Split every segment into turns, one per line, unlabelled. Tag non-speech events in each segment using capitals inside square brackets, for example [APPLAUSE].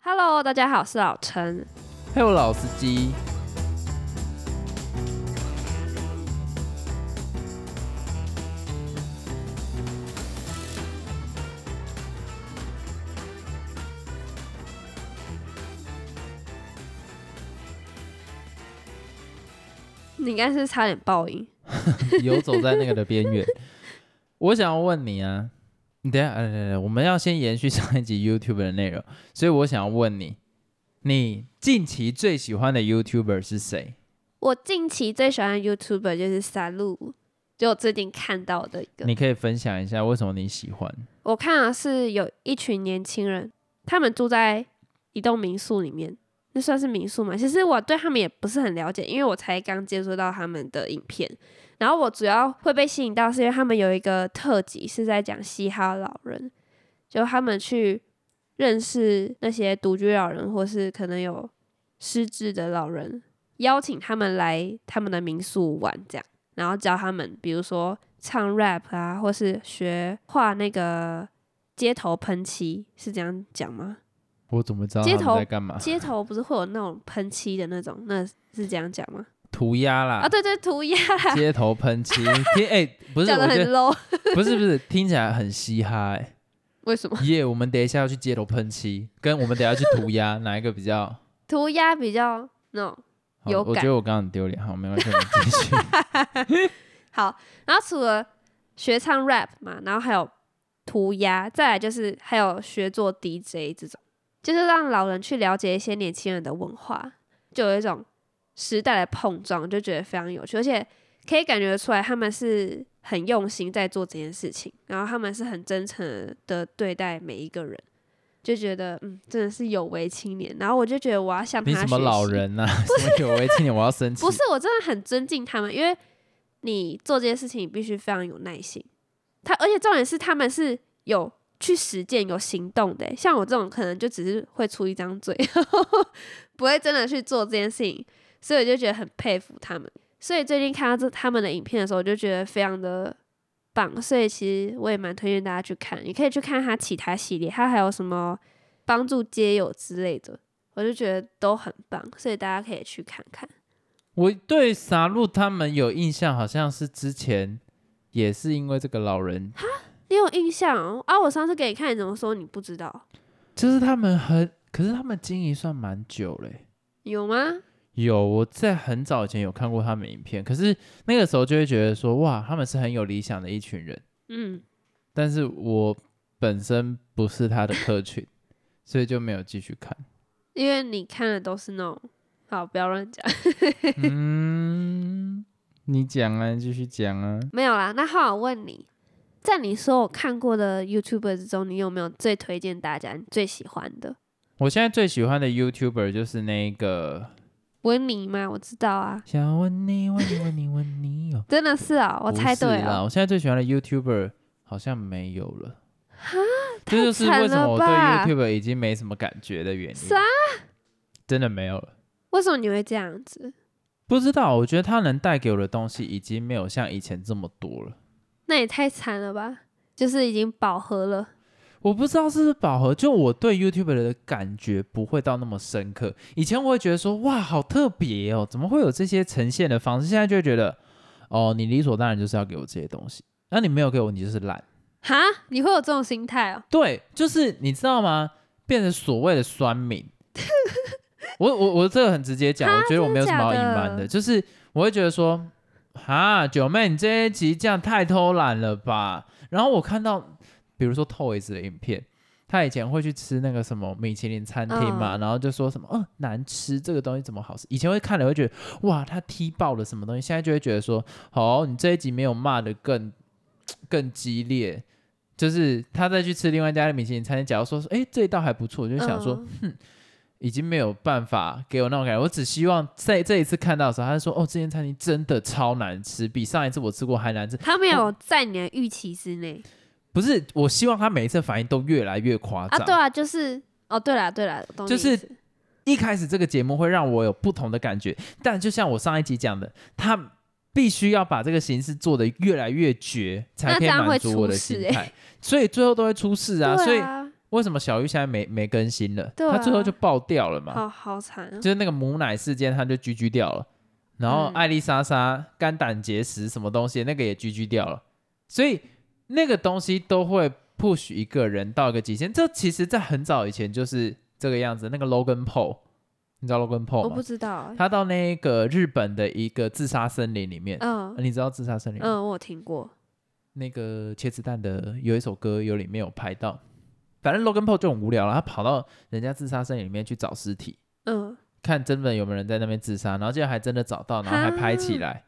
Hello，大家好，我是老陈。
还有老司
[LAUGHS]
机，
你应该是差点爆音，
游走在那个的边缘。我想要问你啊，你等一下，呃，等一下我们要先延续上一集 YouTube 的内容，所以我想要问你，你近期最喜欢的 YouTuber 是谁？
我近期最喜欢的 YouTuber 就是三鹿，就我最近看到的一个。
你可以分享一下为什么你喜欢？
我看啊，是有一群年轻人，他们住在一栋民宿里面，那算是民宿嘛？其实我对他们也不是很了解，因为我才刚接触到他们的影片。然后我主要会被吸引到，是因为他们有一个特辑是在讲嘻哈老人，就他们去认识那些独居老人，或是可能有失智的老人，邀请他们来他们的民宿玩，这样，然后教他们，比如说唱 rap 啊，或是学画那个街头喷漆，是这样讲吗？
我怎么知道
街
他
头
们在干嘛？
街头不是会有那种喷漆的那种，那是这样讲吗？
涂鸦啦，
啊，对对，涂鸦，
街头
[LAUGHS]
喷漆，听哎、不是，
讲
我
的
觉
很
得
low，
不是不是，听起来很嘻哈哎、
为什么？
耶、我们等一下要去街头喷漆，跟我们等一下去涂鸦，
[LAUGHS]
哪一个比较？
涂鸦比较那种
好
有
我觉
感
得我刚刚很丢脸，好，没关系，我们继续。
好，然后除了学唱 rap 嘛，然后还有涂鸦，再来就是还有学做 DJ 这种，就是让老人去了解一些年轻人的文化，就有一种时代的碰撞，就觉得非常有趣，而且可以感觉出来他们是很用心在做这件事情，然后他们是很真诚的对待每一个人。就觉得嗯，真的是有为青年，然后我就觉得我要向他
你
学
什
习。
么老人呐、 [LAUGHS] 什么有为青年，我要生气。
不是，我真的很尊敬他们，因为你做这些事情，你必须非常有耐心。他，而且重点是他们是有去实践、有行动的欸。像我这种，可能就只是会出一张嘴， [LAUGHS] 不会真的去做这件事情，所以我就觉得很佩服他们。所以最近看到这他们的影片的时候，我就觉得非常的棒。所以其实我也蛮推荐大家去看，你可以去看他其他系列，他还有什么帮助街友之类的，我就觉得都很棒，所以大家可以去看看。
我对傻路他们有印象，好像是之前也是因为这个老人，
你有印象哦啊？我上次给你看，你怎么说你不知道？
就是他们很，可是他们经营算蛮久嘞、
有吗？
有，我在很早以前有看过他们影片，可是那个时候就会觉得说，哇，他们是很有理想的一群人，
嗯，
但是我本身不是他的客
[LAUGHS]
群，所以就没有继续看。
因为你看的都是那种……好，不要乱讲， [LAUGHS]
嗯，你讲啊，你继续讲啊。
没有啦。那好，我问你，在你说我看过的 YouTuber 之中，你有没有最推荐大家、你最喜欢的？
我现在最喜欢的 YouTuber 就是那个，
温妮吗？我知道啊，。
想问你，问你，问你，问你哦
真的是啊、 [LAUGHS] 我猜对
不是啦
了，
我现在最喜欢的 YouTuber 好像没有了。这
太
就是
惨
为什么
了
我对
吧？
YouTuber 已经没什么感觉的原
[LAUGHS]
因。
啥？
真的没有了。
为什么你会这样子？
不知道，我觉得他能带给我的东西已经没有像以前这么多了。
那也太惨了吧！就是已经饱和了。
我不知道是不是饱和，就我对 YouTube 的感觉不会到那么深刻。以前我会觉得说，哇，好特别哦，怎么会有这些呈现的方式？现在就会觉得，哦，你理所当然就是要给我这些东西，那你没有给我，你就是懒。
哈，你会有这种心态哦？
对，就是你知道吗？变成所谓的酸民。 [LAUGHS] 我我我这个很直接讲，我觉得我没有什么好隐瞒
真的假的
的，就是我会觉得说，哈，九妹，你这一集这样太偷懒了吧？然后我看到，比如说 Toys 的影片，他以前会去吃那个什么米其林餐厅嘛，
嗯
然后就说什么，哦，难吃，这个东西怎么好吃？以前会看了会觉得，哇，他踢爆了什么东西，现在就会觉得说，哦，你这一集没有骂的更更激烈。就是他再去吃另外一家的米其林餐厅，假如说，哎、这一道还不错，我就想说，
嗯
已经没有办法给我那种感觉。我只希望在这一次看到的时候，他就说：“哦，这间餐厅真的超难吃，比上一次我吃过还难吃。
他没有在你的预期之内。”
不是，我希望他每一次反应都越来越夸
啊，
张。
对啊，就是哦，对啦，对啦，我懂你
就是啊
意思
一开始这个节目会让我有不同的感觉，但就像我上一集讲的，他必须要把这个形式做得越来越绝，才可
那这
以
样
满
会
足我的
出事
心
欸
态，所以最后都会出事啊。
对
所以
啊，
为什么小玉现在没没更新了？
对啊
她最后就爆掉了嘛，
好好惨啊！
就是那个母奶事件，她就居居掉了。然后
嗯
艾丽莎莎肝胆结石什么东西，那个也居居掉了。所以那个东西都会 push 一个人到一个极限。这其实在很早以前就是这个样子。那个 Logan Paul，你知道
我
Logan Paul
不
吗？
知道欸、
他到那个日本的一个自杀森林里面，啊
嗯
你知道自杀森林吗？
嗯，我有听过。
那个茄子蛋的有一首歌有里面有拍到，反正 Logan Paul 就很无聊了，他跑到人家自杀森林里面去找尸体，
嗯，
看真的有没有人在那边自杀，然后竟然还真的找到，然后还拍起来，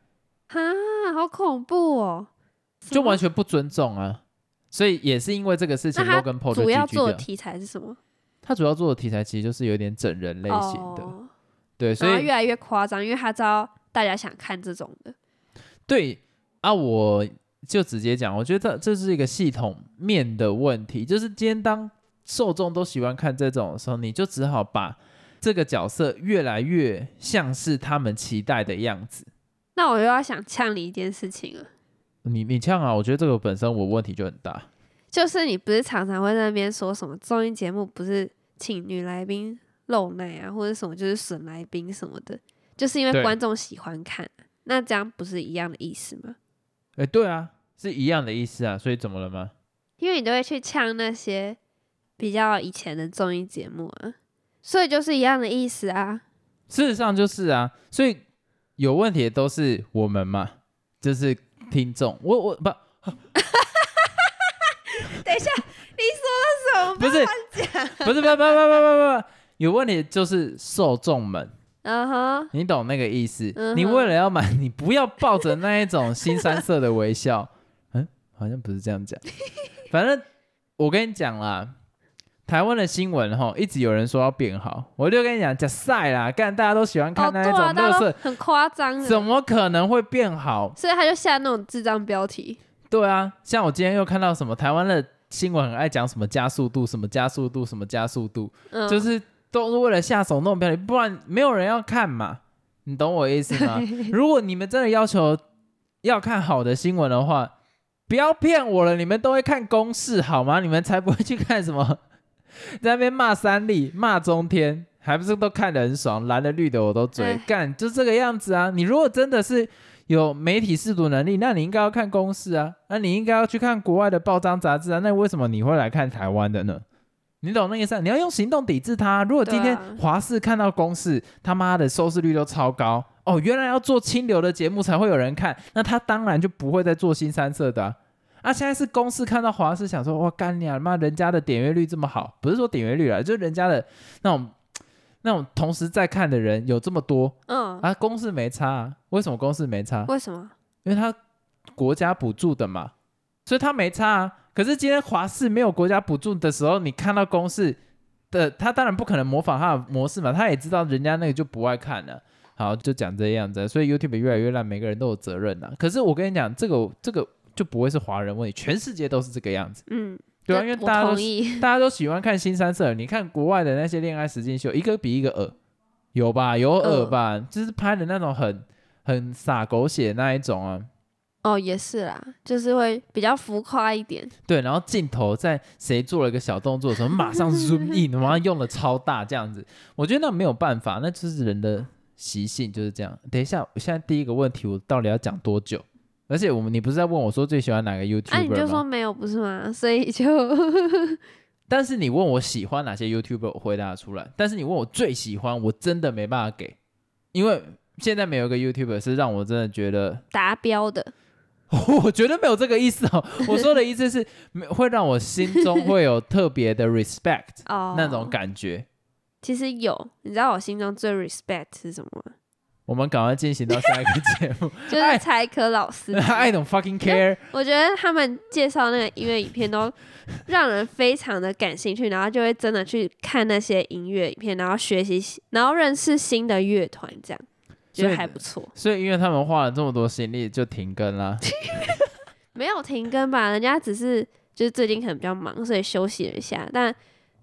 哈，好恐怖哦！什
就
么
完全不尊重啊！所以也是因为这个事情
那他
，Logan Paul 就
主要
拒
做
绝
的
掉。
题材是什么
他主要做的题材其实就是有点整人类型的，
哦
对，所
然后
以
越来越夸张，因为他知道大家想看这种的。
对啊，我就直接讲，我觉得这是一个系统面的问题，就是今天当受众都喜欢看这种的时候，你就只好把这个角色越来越像是他们期待的样子。
那我又要想呛你一件事情了，
你你这样啊，我觉得这个本身我问题就很大。
就是你不是常常会在那边说什么综艺节目不是请女来宾露奶啊，或者什么就是损来宾什么的，就是因
对
为观众喜欢看，啊那这样不是一样的意思吗？
哎，对啊，是一样的意思啊，所以怎么了吗？
因为你都会去呛那些比较以前的综艺节目啊，所以就是一样的意思啊。
事实上就是啊，所以有问题的都是我们嘛，就是听众。我我不
等一下，你说了什么？
不是不是不是不是不是不是不是，有问题就是受众们。
[LAUGHS] 嗯哼，
你懂那个意思？
嗯哼
你为了要买，你不要抱着那一种新三色的微笑。嗯，好像不是这样讲。反正我跟你讲啦，台湾的新闻哈，一直有人说要变好，我就跟你讲，假赛啦，干大家都喜欢
哦
看那
对
一种
啊，大
乐
家都
色，
很夸张
怎
的，
么可能会变好？
所以他就下那种智障标题。
对啊，像我今天又看到什么台湾的新闻，很爱讲什么加速度，什么加速度，什么加速度，
嗯，
就是都是为了下手弄标题，不然没有人要看嘛。你懂我意思
[LAUGHS]
吗？如果你们真的要求要看好的新闻的话，不要骗我了，你们都会看公式好吗？你们才不会去看什么 [LAUGHS] 在那边骂三立、骂中天，还不是都看得很爽，蓝的绿的我都追
哎，
干就这个样子啊！你如果真的是有媒体试读能力，那你应该要看公式啊，那你应该要去看国外的报章杂志啊，那为什么你会来看台湾的呢？你懂那个意思啊？你要用行动抵制它啊。如果今天
对啊
华视看到公视，他妈的收视率都超高哦，原来要做清流的节目才会有人看，那他当然就不会再做新三色的啊。啊，现在是公司看到华视，想说哇干你啊，妈人家的点阅率这么好，不是说点阅率啊，就是人家的那种那种同时在看的人有这么多
嗯，
啊，公司没差、啊，为什么公司没差？
为什么？
因为他国家补助的嘛，所以他没差啊。可是今天华视没有国家补助的时候，你看到公视的，他当然不可能模仿他的模式嘛，他也知道人家那个就不爱看了。好，就讲这样子，啊所以 YouTube 越来越烂，每个人都有责任呐、可是我跟你讲，这个这个就不会是华人问题，全世界都是这个样子。
嗯，
对啊，
这
因为
我
大家都
同意。
大家都喜欢看新三色，你看国外的那些恋爱实境秀，一个比一个恶，有吧？有恶吧？就是拍的那种很很洒狗血那一种啊。
哦，也是啦，就是会比较浮夸一点。
对，然后镜头在谁做了一个小动作的时候，马上 zoom
[LAUGHS]
in，然后用了超大这样子。我觉得那没有办法，那就是人的习性就是这样。等一下，我现在第一个问题，我到底要讲多久？而且我们你不是在问我说最喜欢哪个
啊，你
YouTuber
就说
吗？
没有不是吗？所以就 [LAUGHS]
但是你问我喜欢哪些 YouTuber，我回答得出来。但是你问我最喜欢，我真的没办法给，因为现在没有一个 YouTuber 是让我真的觉得 [LAUGHS]
达标的。
我绝对没有这个意思哦。我说的意思是，没会让我心中会有特别的 respect
哦，
那种感觉。
其实有，你知道我心中最 respect 是什么吗？
我们赶快进行到下一个节目。
[LAUGHS] 就是柴可老
[LAUGHS]
师。
I don't fucking care。
我觉得他们介绍那个音乐影片都让人非常的感兴趣，然后就会真的去看那些音乐影片，然后学习，然后认识新的乐团，这样觉
所以
得还不错。
所以因为他们花了这么多心力，就停更啦。
没有停更吧，人家只是就是最近可能比较忙，所以休息了一下，但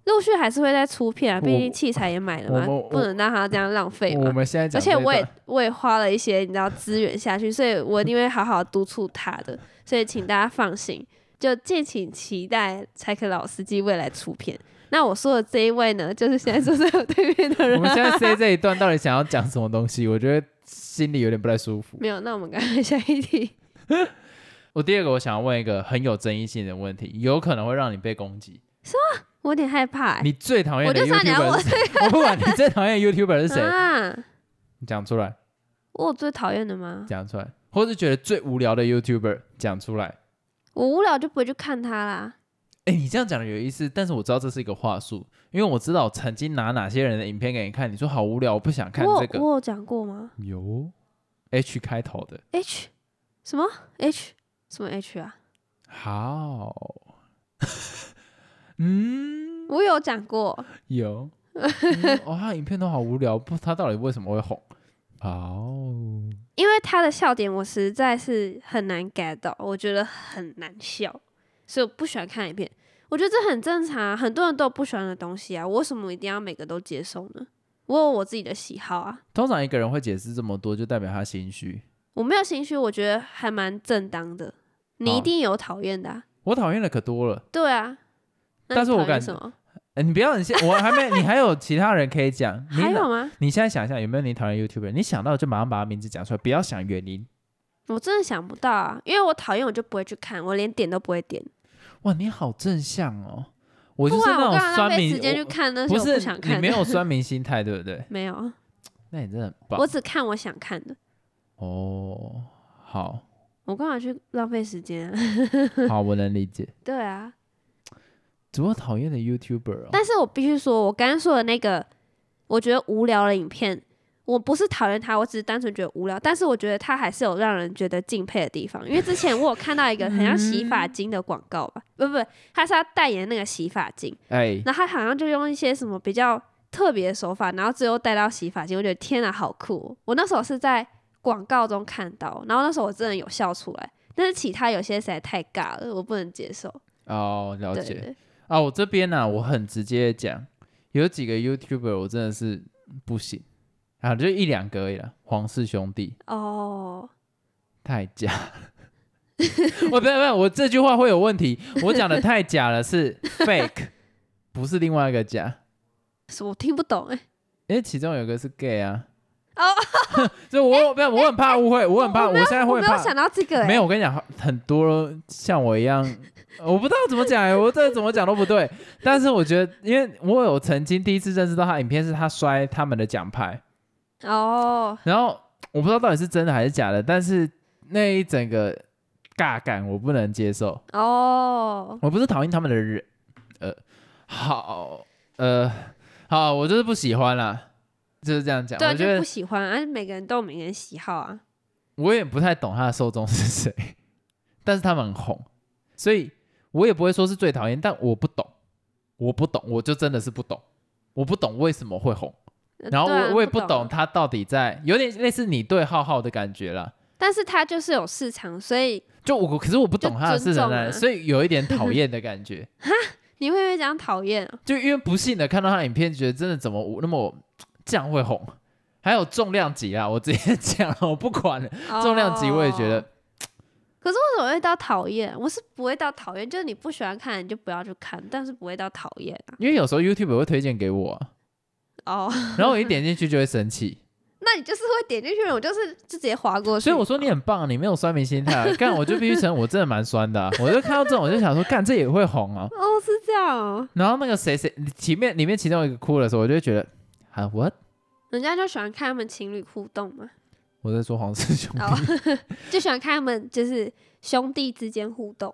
陆续还是会再出片啊，
我
毕竟器材也买了嘛
我我，
不能让它这样浪费
我
嘛。
们现在
而
讲这
且
一段，
我也我也花了一些你知道资源下去，所以我一定会好好督促他的，所以请大家放心，就敬请期待柴可老司机未来出片。那我说的这一位呢，就是现在坐在我对面的人。啊
我们现在 C 这一段到底想要讲什么东西？我觉得心里有点不太舒服。
[LAUGHS] 没有，那我们赶快下一题。
我第二个，我想要问一个很有争议性的问题，有可能会让你被攻击。
我有点害怕、欸。
你最讨厌的
我就差点要
YouTuber 是谁？
[LAUGHS]
我不管你最讨厌的 YouTuber 是谁，
啊，
你讲出来，
我有最讨厌的吗？
讲出来，或是觉得最无聊的 YouTuber 讲出来。
我无聊就不会去看他啦。
哎，你这样讲的有意思，但是我知道这是一个话术，因为我知道我曾经拿哪些人的影片给你看，你说好无聊，我不想看
我
这
有
个。
我有讲过吗
有 H 开头的，
？H 什么 H 什么 H 啊？
好，嗯，
我有讲过，
有，嗯哦，他的影片都好无聊，不，他到底为什么会红？哦，
因为他的笑点我实在是很难 get 到，我觉得很难笑，所以我不喜欢看影片。我觉得这很正常啊、很多人都有不喜欢的东西啊，我为什么一定要每个都接受呢？我有我自己的喜好啊，
通常一个人会解释这么多，就代表他心虚。
我没有情绪，我觉得还蛮正当的。你
好
一定有讨厌的、啊，
我讨厌的可多了，
对啊。那你
但是我
讨厌
感
什么？
呃你不要，你先，我还没，你还有其他人可以讲，你
还
哪
有吗？
你现在想一下，有没有你讨厌 YouTuber？你想到就马上把他名字讲出来，不要想原因。
我真的想不到啊，因为我讨厌我就不会去看，我连点都不会点，
哇，你好正向哦！我
不
就是
然
那
我
种
干嘛浪
酸
费
民，
时间去
我
看那些
不
我
是
想
你
看
没
的。？
有酸民心态，对不对
没有，啊
那你真的很棒
我只看我想看的，
哦。好
我干嘛去浪费时间啊？ [LAUGHS]
好，我能理解。
对啊，
怎么讨厌的 YouTuber 哦？
但是我必须说，我刚刚说的那个我觉得无聊的影片，我不是讨厌它，我只是单纯觉得无聊。但是我觉得它还是有让人觉得敬佩的地方，因为之前我有看到一个很像洗发精的广告吧，不不，它是要代言那个洗发精，
哎，
然后他好像就用一些什么比较特别的手法，然后最后带到洗发精，我觉得天哪，好酷哦、我那时候是在广告中看到，然后那时候我真的有笑出来，但是其他有些实在太尬了，我不能接受。
哦，了
对
解
对，
啊。我这边呢、我很直接讲，有几个 YouTuber 我真的是不行啊，就一两个而已啦。皇室兄弟，
哦，
太
[LAUGHS]
假了。我不不，我这句话会有问题。我讲的太假了，是 fake，不是另外一个假。
是我听不懂哎、
因为其中有一个是 gay 啊。 [LAUGHS]
哦，
所以我不要，我很怕误会，我很怕，
我
我
没有
现在
我
会
没有
怕。
想到这个、欸，
没有，我跟你讲，很多像我一样，我不知道怎么讲、欸，我这怎么讲都不对。但是我觉得，因为我有曾经第一次认识到他的影片是他摔他们的奖牌，
哦，
然后我不知道到底是真的还是假的，但是那一整个尬感我不能接受。
哦，
我不是讨厌他们的人，呃，好，呃，好，我就是不喜欢啦，就是这样讲。
对啊，
我觉
就
得
不喜欢啊，每个人都有每个人喜好啊。
我也不太懂他的受众是谁， [LAUGHS] 但是他们很红，所以我也不会说是最讨厌，但我不懂，我不懂，我就真的是不懂，我不懂为什么会红，
呃
然后我、
对啊
我也
不
不懂
啊
他到底在，有点类似你对浩浩的感觉啦。
但是他就是有市场，所以
就我，可是我不懂
就
他的
尊
是什
重啊
么，所以有一点讨厌的
[LAUGHS]
感觉。
你会不会这样讨厌啊？
就因为不幸的看到他的影片，觉得真的怎么我那么这样会红？还有重量级啊，我直接讲，我不管了。重量级我也觉
啊哦
得，
可是为什么会到讨厌？我是不会到讨厌，就是你不喜欢看你就不要去看，但是不会到讨厌啊。
因为有时候 YouTube 会推荐给我啊、
哦， [LAUGHS]
然后我一点进去就会生气。
那你就是会点进去，我就是就直接划过去。
所以我说你很棒啊，你没有酸民心
[LAUGHS]
态、啊。干，我就必须承认，我真的蛮酸的啊、我就看到这种，我就想说，干这也会红啊。
哦是这样哦，
然后那个谁谁前面里面其中一个哭的时候，我就会觉得啊 what？
人家就喜欢看他们情侣互动嘛，
我在说黄氏兄弟 [LAUGHS]
哦，就喜欢看他们就是兄弟之间互动，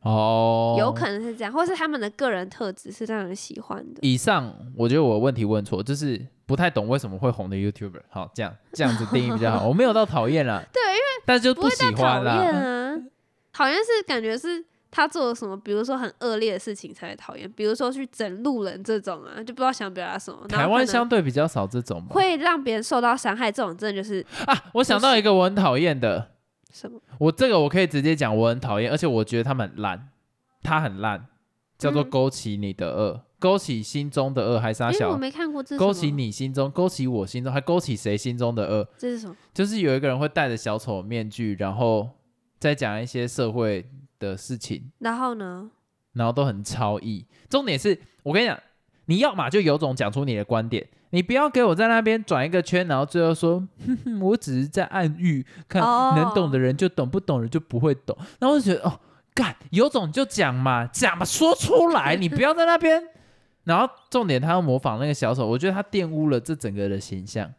哦，
有可能是这样，或是他们的个人特质是让人喜欢的。
以上我觉得我问题问错，就是不太懂为什么会红的 YouTuber。好，这样这样子定义比较
[LAUGHS]
好。我没有到讨厌啦，
对，因为
但就
不
不
会
喜
到讨
欢
厌
啦。
啊，讨厌是感觉是。他做了什么，比如说很恶劣的事情才会讨厌，比如说去整路人这种啊，就不知道想表达什么。然后
台
可能
湾相对比较少这种吧。
会让别人受到伤害，这种真的就是
啊，我想到一个我很讨厌的，
什么？
我这个我可以直接讲，我很讨厌，而且我觉得他们很烂，他很烂，叫做
嗯
勾起你的恶，勾起心中的恶，还是他
因为我
小。
没看过这是什么
勾起，你心中，勾起我心中，还勾起谁心中的恶？
这是什么？
就是有一个人会戴着小丑面具，然后再讲一些社会的事情，
然后呢？
然后都很超意。重点是我跟你讲，你要嘛就有种讲出你的观点，你不要给我在那边转一个圈，然后最后说， [LAUGHS] 哼哼，我只是在暗喻，看
哦
能懂的人就懂，不懂的人就不会懂。然后我就觉得，哦，干，有种就讲嘛，讲嘛，说出来， [LAUGHS] 你不要在那边。然后重点，他要模仿那个小丑，我觉得他玷污了这整个的形象。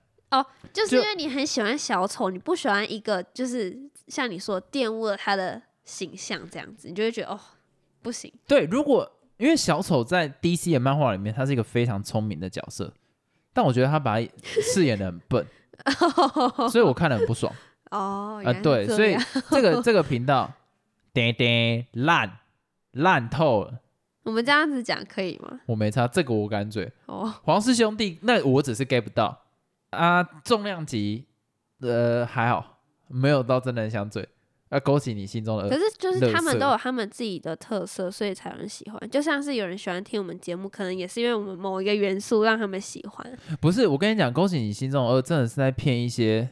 就是
就
因为你很喜欢小丑，你不喜欢一个就是像你说玷污了他的形象这样子，你就会觉得哦不行， [LAUGHS]
对，如果因为小丑在 DC 的漫画里面，他是一个非常聪明的角色，但我觉得他把他饰演的很笨，所以我看得很不爽
哦
啊、
原来是
对，
这
所以
样
这个这个
[LAUGHS]
频道，叮叮烂烂透了，
我们这样子讲可以吗？
我没差，这个我敢嘴。
哦，
黄氏兄弟那我只是 get 不到啊，重量级呃还好，没有到真的很想嘴，啊勾起你心中的
可
恶。
是就是他
垃
们
圾
都有他们自己的特色，所以才有人喜欢。就像是有人喜欢听我们节目，可能也是因为我们某一个元素让他们喜欢。
不是，我跟你讲，勾起你心中的恶，真的是在骗一些。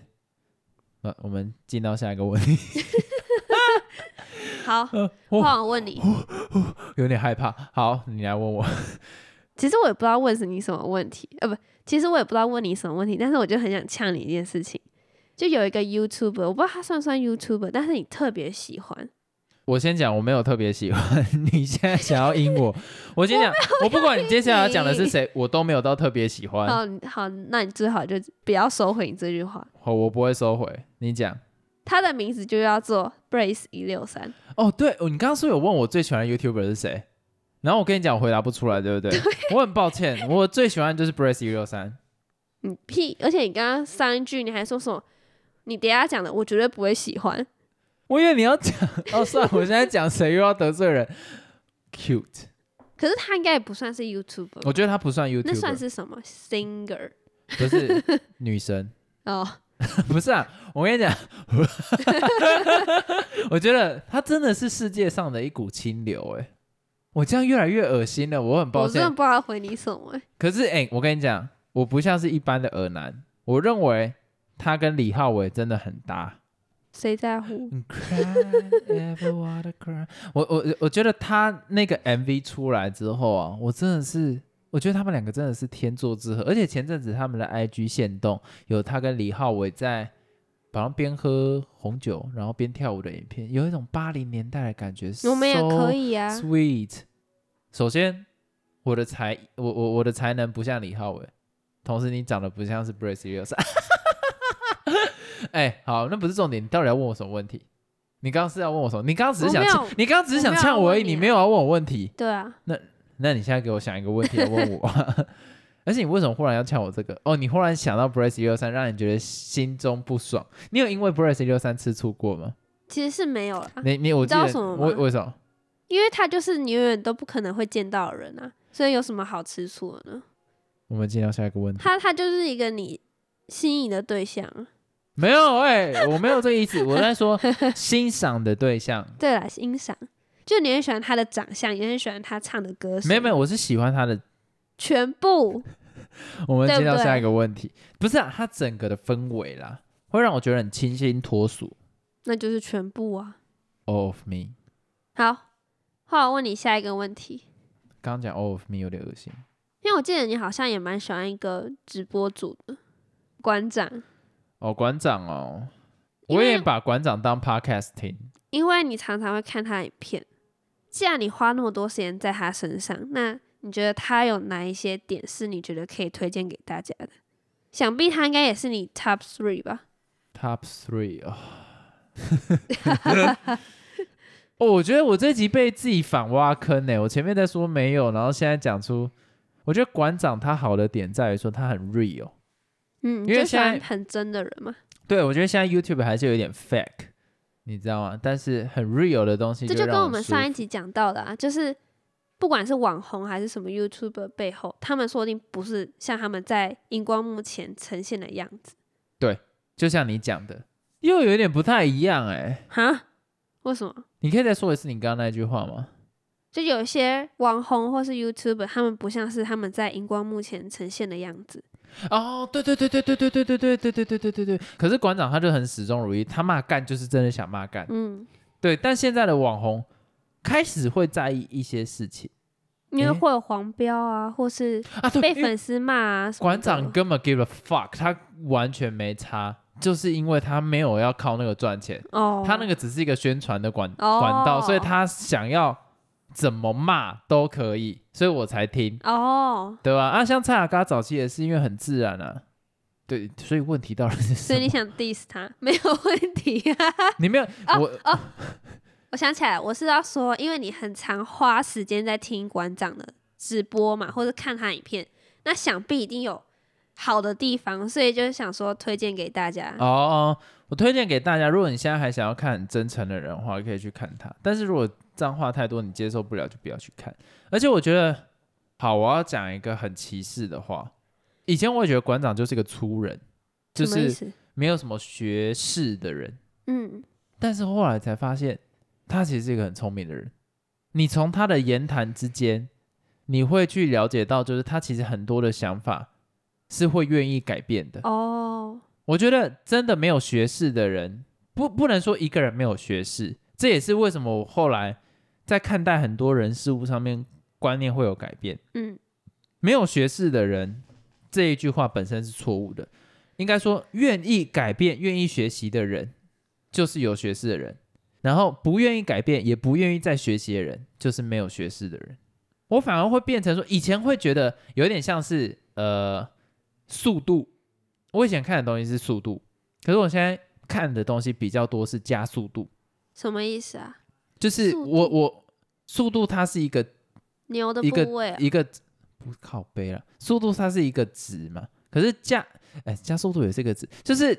呃，我们进到下一个问题。 [LAUGHS]
好，
呃，我
换我问你，
有点害怕。好，你来问我。
其实我也不知道问是你什么问题，呃，不，其实我也不知道问你什么问题，但是我就很想呛你一件事情，就有一个 YouTuber，我不知道他算不算 YouTuber，但是你特别喜欢，
我先讲，我没有特别喜欢。你现在想要阴 [LAUGHS] 我，我先讲，我不管你接下来要讲的是谁，我都没有到特别喜欢。
好你好，那你最好就不要收回你这句话。
好，我不会收回。你讲。
他的名字就叫做 Brace 一六三，
哦，对，哦你刚刚说有问我最喜欢的 YouTuber 是谁，然后我跟你讲，我回答不出来，对不对？我很抱歉，我最喜欢就是 Brace 一六三。
你屁！而且你刚刚上一句你还说什么？你等一下讲的我绝对不会喜欢，
我以为你要讲， [LAUGHS] 哦，算了，我现在讲谁又要得罪人？Cute，
可是他应该也不算是 YouTuber，
我觉得他不算哦 YouTuber，
那算是什么 singer
不是女生，
哦？
[LAUGHS] 不是啊。我跟你讲， [LAUGHS] 我觉得他真的是世界上的一股清流，哎，我这样越来越恶心了，我很抱
我真的
歉。
不知道回你什么、欸
可是，哎、我跟你讲，我不像是一般的耳男，我认为他跟李浩伟真的很搭。
谁在乎？
Cry, ever wanna cry 我我我觉得他那个 MV 出来之后啊，我真的是，我觉得他们两个真的是天作之合。而且前阵子他们的 IG 限动有他跟李浩伟在，好像边喝红酒然后边跳舞的影片，有一种八零年代的感觉。
我们也可、以啊。
sweet。首先，我的才我我我的才能不像李浩伟，同时你长得不像是 Brace 六三。 [LAUGHS] 哎、好，那不是重点，你到底要问我什么问题？你刚刚是要问我什么？你刚刚只是想
我没有
呛，你刚刚只是想呛我而已，
我没有要问你啊
你没有要问我 [LAUGHS] 问题。
对啊，
那你现在给我想一个问题来问我，而且你为什么忽然要呛我这个？哦，你忽然想到 Brace 六三，让你觉得心中不爽。你有因为 Brace 六三吃醋过吗？
其实是没有啦，
你你我
你
记
知道
得
什么吗
为为什么？
因为他就是你永远都不可能会见到的人啊，所以有什么好吃醋的呢？
我们进到下一个问题。
他他就是一个你心仪的对象啊。
没有哎、我没有这个意思，我
[LAUGHS]
在说欣赏的对象。
对啦，欣赏，就你很喜欢他的长相，也很喜欢他唱的歌声，
没有没有，我是喜欢他的。
全部
我们
对不
接到
对
下一个问题，不是啊，他整个的氛围啦，会让我觉得很清新脱俗。
那就是全部啊。
All of me，
好，话我问你下一个问题，
刚刚讲 All of me 有点恶心。
因为我记得你好像也蛮喜欢一个直播主的馆长，
哦，馆长哦，
因
我
为
也把馆长当 podcast 听。
因为你常常会看他的影片。既然你花那么多时间在他身上，那你觉得他有哪一些点是你觉得可以推荐给大家的？想必他应该也是你 top three 吧？
Top three
[LAUGHS]
啊、哦，我觉得我这集被自己反挖坑呢。我前面在说没有，然后现在讲出，我觉得馆长他好的点在于说他很 real。
嗯，
因
你
为
就喜欢
现在
很真的人嘛，
对，我觉得现在 YouTube 还是有点 fake，你知道吗？但是很 real 的东西
这
就
就跟
让
我们上
舒
一
服
集讲到的啊，就是不管是网红还是什么 YouTuber 背后，他们说不定不是像他们在荧光幕前呈现的样子
就像你讲的，又有点不太一样哎、
哈？为什么？
你可以再说一次你刚刚那句话吗？
就有些网红或是 YouTuber，他们不像是他们在荧光幕前呈现的样子。
哦，对对对对对对对对对对对对对对对。可是馆长他就很始终如一，他骂干就是真的想骂干。
嗯，
对，但现在的网红开始会在意一些事情
因为
诶
会有黄标啊，或是
啊，对，
被
因为
粉丝骂啊什么的。
馆长根本 give a fuck，他完全没差，就是因为他没有要靠那个赚钱，
哦，
他那个只是一个宣传的管、
哦
管道，所以他想要怎么骂都可以，所以我才听，
哦，
对吧？啊，像蔡雅嘎早期也是因为很自然啊，对，所以问题到底是什
所以你
么？
想 diss 他 [LAUGHS] 没有问题啊。
[LAUGHS]
[LAUGHS]
你没有、
哦
我
哦，我想起来，我是要说，因为你很常花时间在听馆长的直播嘛，或者看他影片，那想必一定有好的地方，所以就是想说推荐给大家。
哦哦，我推荐给大家，如果你现在还想要看很真诚的人的话，可以去看他。但是如果脏话太多，你接受不了，就不要去看。而且我觉得，好，我要讲一个很歧视的话。以前我也觉得馆长就是个粗人，就
什么意
是
思？
没有什么学识的人。
嗯，
但是后来才发现，他其实是一个很聪明的人。你从他的言谈之间，你会去了解到，就是他其实很多的想法是会愿意改变的。
哦，
我觉得真的没有学识的人，不不能说一个人没有学识，这也是为什么我后来在看待很多人事物上面观念会有改变。
嗯，
没有学识的人这一句话本身是错误的，应该说愿意改变、愿意学习的人就是有学识的人，然后不愿意改变、也不愿意再学习的人就是没有学识的人。我反而会变成说，以前会觉得有点像是呃速度，我以前看的东西是速度，可是我现在看的东西比较多是加速度，
什么意思啊？
就是
速度
我我速度它是一个
牛的
一个
部位啊、
一个不是靠背了，速度它是一个值嘛，可是加哎加速度也是一个值，就是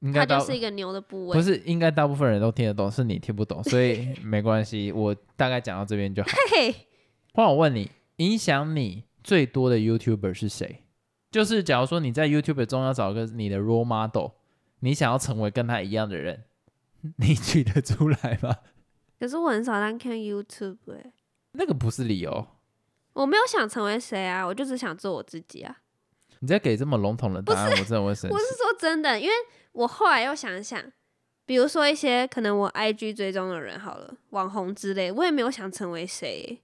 应该
它
大
就是一个牛的部位
不。是应该大部分人都听得懂，是你听不懂，
[LAUGHS]
所以没关系，我大概讲到这边就好。
嘿，
换我问你，影响你最多的 YouTuber 是谁？就是假如说你在 YouTuber 中要找一个你的 role model，你想要成为跟他一样的人， [LAUGHS] 你举得出来吗？
可是我很少在看 YouTube 哎、
那个不是理由，
我没有想成为谁啊，我就只想做我自己啊。
你在给这么笼统的答案，我真的会生
[LAUGHS]
气
我。是说真的，因为我后来又想一想，比如说一些可能我 IG 追踪的人好了，网红之类，我也没有想成为谁，欸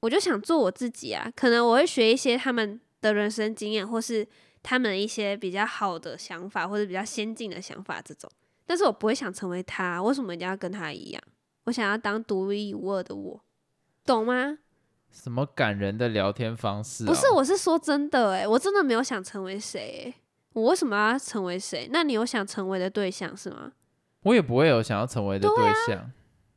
我就想做我自己啊。可能我会学一些他们的人生经验，或是他们一些比较好的想法，或者比较先进的想法这种。但是我不会想成为他，为什么一定要跟他一样？我想要当独一无二的我，懂吗？
什么感人的聊天方式、啊？
不是，我是说真的哎、我真的没有想成为谁、欸，我为什么要成为谁？那你有想成为的对象是吗？
我也不会有想要成为的
啊
对象。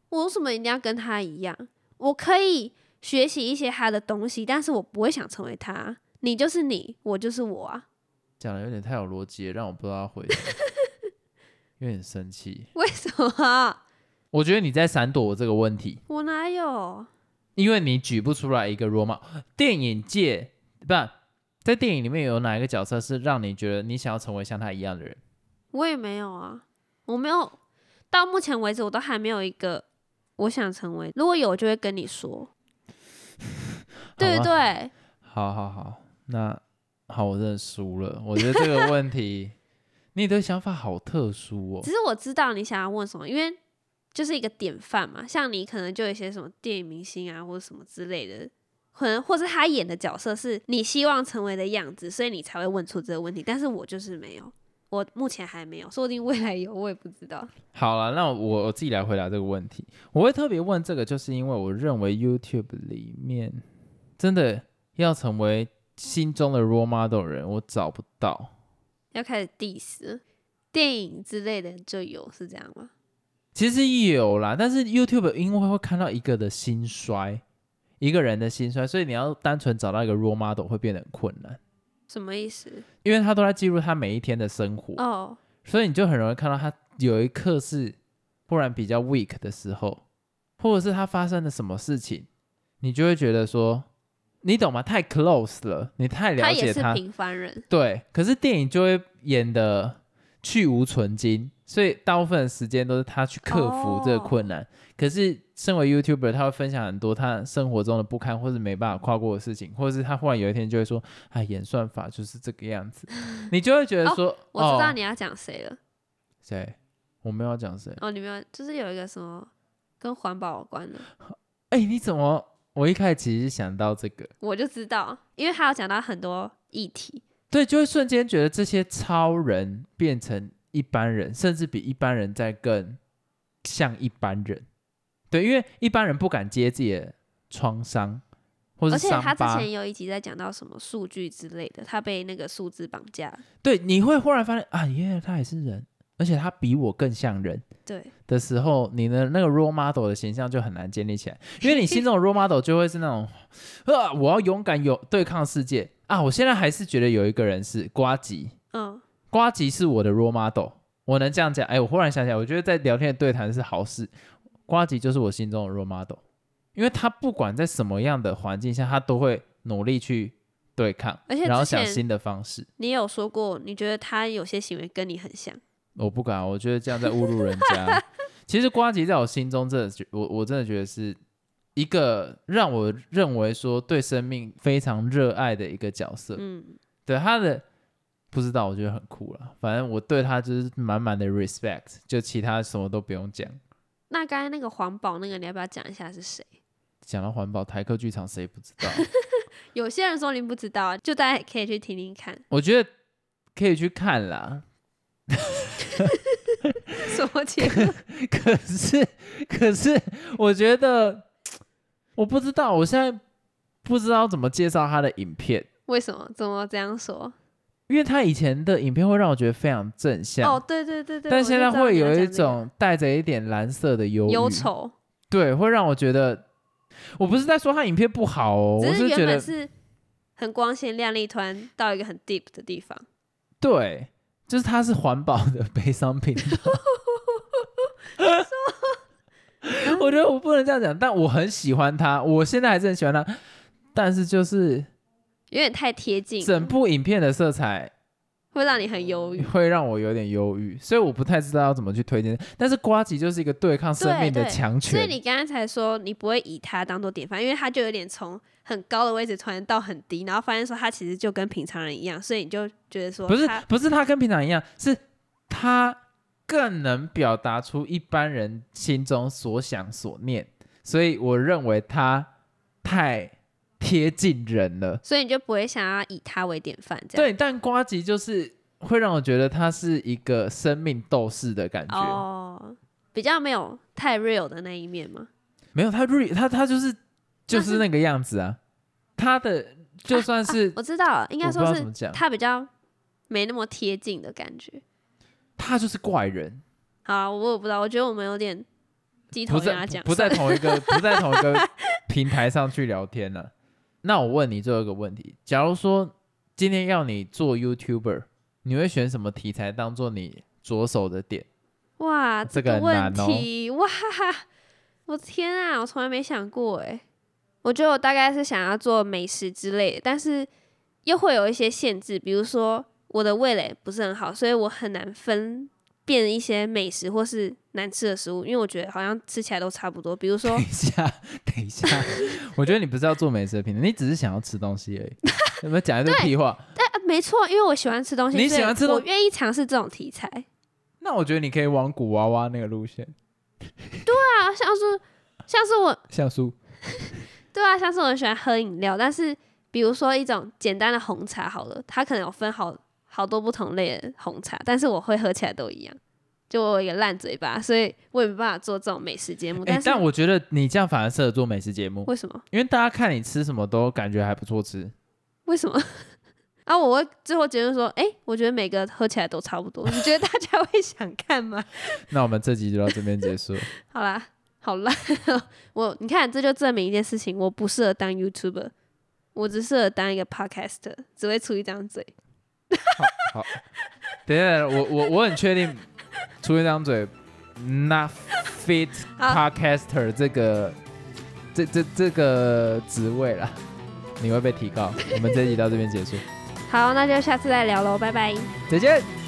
我为什么一定要跟他一样？我可以学习一些他的东西，但是我不会想成为他。你就是你，我就是我啊！ [LAUGHS]
讲的有点太有逻辑了，让我不知道要回什么，有点生气。
为什么？啊
我觉得你在闪躲我这个问题，
我哪有？
因为你举不出来一个 role model。电影界不，在电影里面有哪一个角色是让你觉得你想要成为像他一样的人？
我也没有啊！我没有。到目前为止，我都还没有一个我想成为。如果有，我就会跟你说，对不
好吗
对？
好好好，那好，我真的输了。我觉得这个问题， [LAUGHS] 你的想法好特殊哦
只。是我知道你想要问什么，因为就是一个典范嘛。像你可能就有一些什么电影明星啊，或者什么之类的，可能或是他演的角色是你希望成为的样子，所以你才会问出这个问题。但是我就是没有，我目前还没有，说不定未来有，我也不知道。
好了，那我我自己来回答这个问题。我会特别问这个，就是因为我认为 YouTube 里面真的要成为心中的 role model 人，我找不到。
要开始 diss 了电影之类的就有是这样吗？
其实有啦，但是 YouTube 因为会看到一个的兴衰，一个人的兴衰，所以你要单纯找到一个 role model 会变得很困难，
什么意思？
因为他都在记录他每一天的生活，
哦
所以你就很容易看到他有一刻是忽然比较 weak 的时候，或者是他发生了什么事情，你就会觉得说，你懂吗？太 close 了，你太了
也
解
是
他。
平凡人，
对，可是电影就会演的去无存精，所以大部分的时间都是他去克服这个困
哦
难。可是身为 YouTuber，他会分享很多他生活中的不堪，或是没办法跨过的事情，或者是他忽然有一天就会说：“哎，演算法就是这个样子。”你就会觉得说：“
我知
哦
道你要讲谁了。
谁？我没有要讲谁
哦，你们就是有一个什么跟环保有关的，
哎、你怎么？我一开始其实想到这个，
我就知道，因为他有讲到很多议题，
对，就会瞬间觉得这些超人变成一般人，甚至比一般人再更像一般人。对，因为一般人不敢接自己的创伤或是
而且
伤
他之
疤。
前有一集在讲到什么数据之类的，他被那个数字绑架了。
对，你会忽然发现啊，耶，他也是人，而且他比我更像人
对，
的时候，你的那个 role model 的形象就很难建立起来，因为你心中的 role model 就会是那种，啊，我要勇敢有对抗世界啊！我现在还是觉得有一个人是瓜吉，
嗯，
瓜吉是我的 role model，我能这样讲。哎，我忽然想起来，我觉得在聊天的对谈是好事，瓜吉就是我心中的 role model，因为他不管在什么样的环境下，他都会努力去对抗，
而且
然后
之前
想新的方式。
你有说过，你觉得他有些行为跟你很像，
我不敢，我觉得这样在侮辱人家。其实瓜吉在我心中，真的觉，我我真的觉得是一个让我认为说对生命非常热爱的一个角色。
嗯，
对他的不知道，我觉得很酷了。反正我对他就是满满的 respect，就其他什么都不用讲。
那刚才那个环保那个，你要不要讲一下是谁？
讲到环保，台客剧场谁不知道？ [LAUGHS]
有些人说你不知道，就大家可以去听听看
我觉得可以去看啦。
什么节目。
可是，可是，我觉得我不知道，我现在不知道怎么介绍他的影片。
[LAUGHS] 为什么？怎么这样说？
因为他以前的影片会让我觉得非常正向，
哦，对对对对。
但
我
现
就
在
知道
会
你要
有一
讲这个
种带着一点蓝色的忧郁
忧愁，
对，会让我觉得，我不是在说他影片不好哦，我
只
觉
原
得
本是很光鲜亮丽，突然到一个很 deep 的地方。
对，就是他是环保的悲伤频
[LAUGHS]
道。 [LAUGHS] 我觉得我不能这样讲，但我很喜欢他，我现在还是很喜欢他，但是就是
有点太贴近，
整部影片的色彩
会让你很忧郁。
会让我有点忧郁，所以我不太知道要怎么去推荐。但是瓜吉就是一个对抗生命的
对对
强
所以
权，
你刚刚才说你不会以他当做典范，因为他就有点从很高的位置突然到很低，然后发现说他其实就跟平常人一样，所以你就觉得说
不是
他
不是他跟平常一样，是他更能表达出一般人心中所想所念，所以我认为他太贴近人了。
所以你就不会想要以他为典范这样。
对，但瓜吉就是会让我觉得他是一个生命斗士的感觉，
哦，比较没有太 real 的那一面嘛。
没有他 re 他他就是就
那
是
是
那个样子啊，他的就算是、
我知道啊了，应
我
该
不知
说
道怎么
是
讲，
他比较没那么贴近的感觉。
他就是怪人。
好啊、我也不知道，我觉得我们有点鸡头
不
跟
在
他讲，
不不在同一个
[LAUGHS]
不在同一个平台上去聊天了、那我问你最后一个问题：假如说今天要你做 YouTuber，你会选什么题材当做你着手的点？
哇，
这个
个
很
问
难哦
题、哇，我天啊，我从来没想过哎。我觉得我大概是想要做美食之类的，但是又会有一些限制，比如说我的味蕾不是很好，所以我很难分辨一些美食或是难吃的食物，因为我觉得好像吃起来都差不多。比如
[LAUGHS]
说啊
等一下，等一下，我觉得你不是要做美食的频道，你只是想要吃东西
[LAUGHS]
而已。有没有讲一堆屁话？
啊，没错，因为我喜欢吃东西，
你
所以
喜欢吃东
我愿意尝试这种题材。对
那我觉得你可以往古娃娃那个路线，
啊，像是像是我
像素。
对啊，像是我很喜欢喝饮料，但是比如说一种简单的红茶好了，它可能有分好好多不同类的红茶，但是我会喝起来都一样。就我有一个烂嘴巴，所以我也没办法做这种美食节目。
哎、
哦但是
但我觉得你这样反而适合做美食节目，
为什么？ [LAUGHS]
因为大家看你吃什么都感觉还不错吃。
为什么？啊，我会最后结论说，哎、我觉得每个喝起来都差不多。你觉得大家会想看吗？ [LAUGHS]
那我们这集就到这边结束。
好啦， [LAUGHS] 好烂哦、我你看，这就证明一件事情，我不适合当 YouTuber，我只适合当一个 Podcaster，只会出一张嘴。
好，等一下，我我我很确定，出一张嘴，not fit
好
podcaster 这个这这这个职位啦，你会被提告。我们这一集到这边结束，
好，那就下次再聊喽，拜拜。
再见。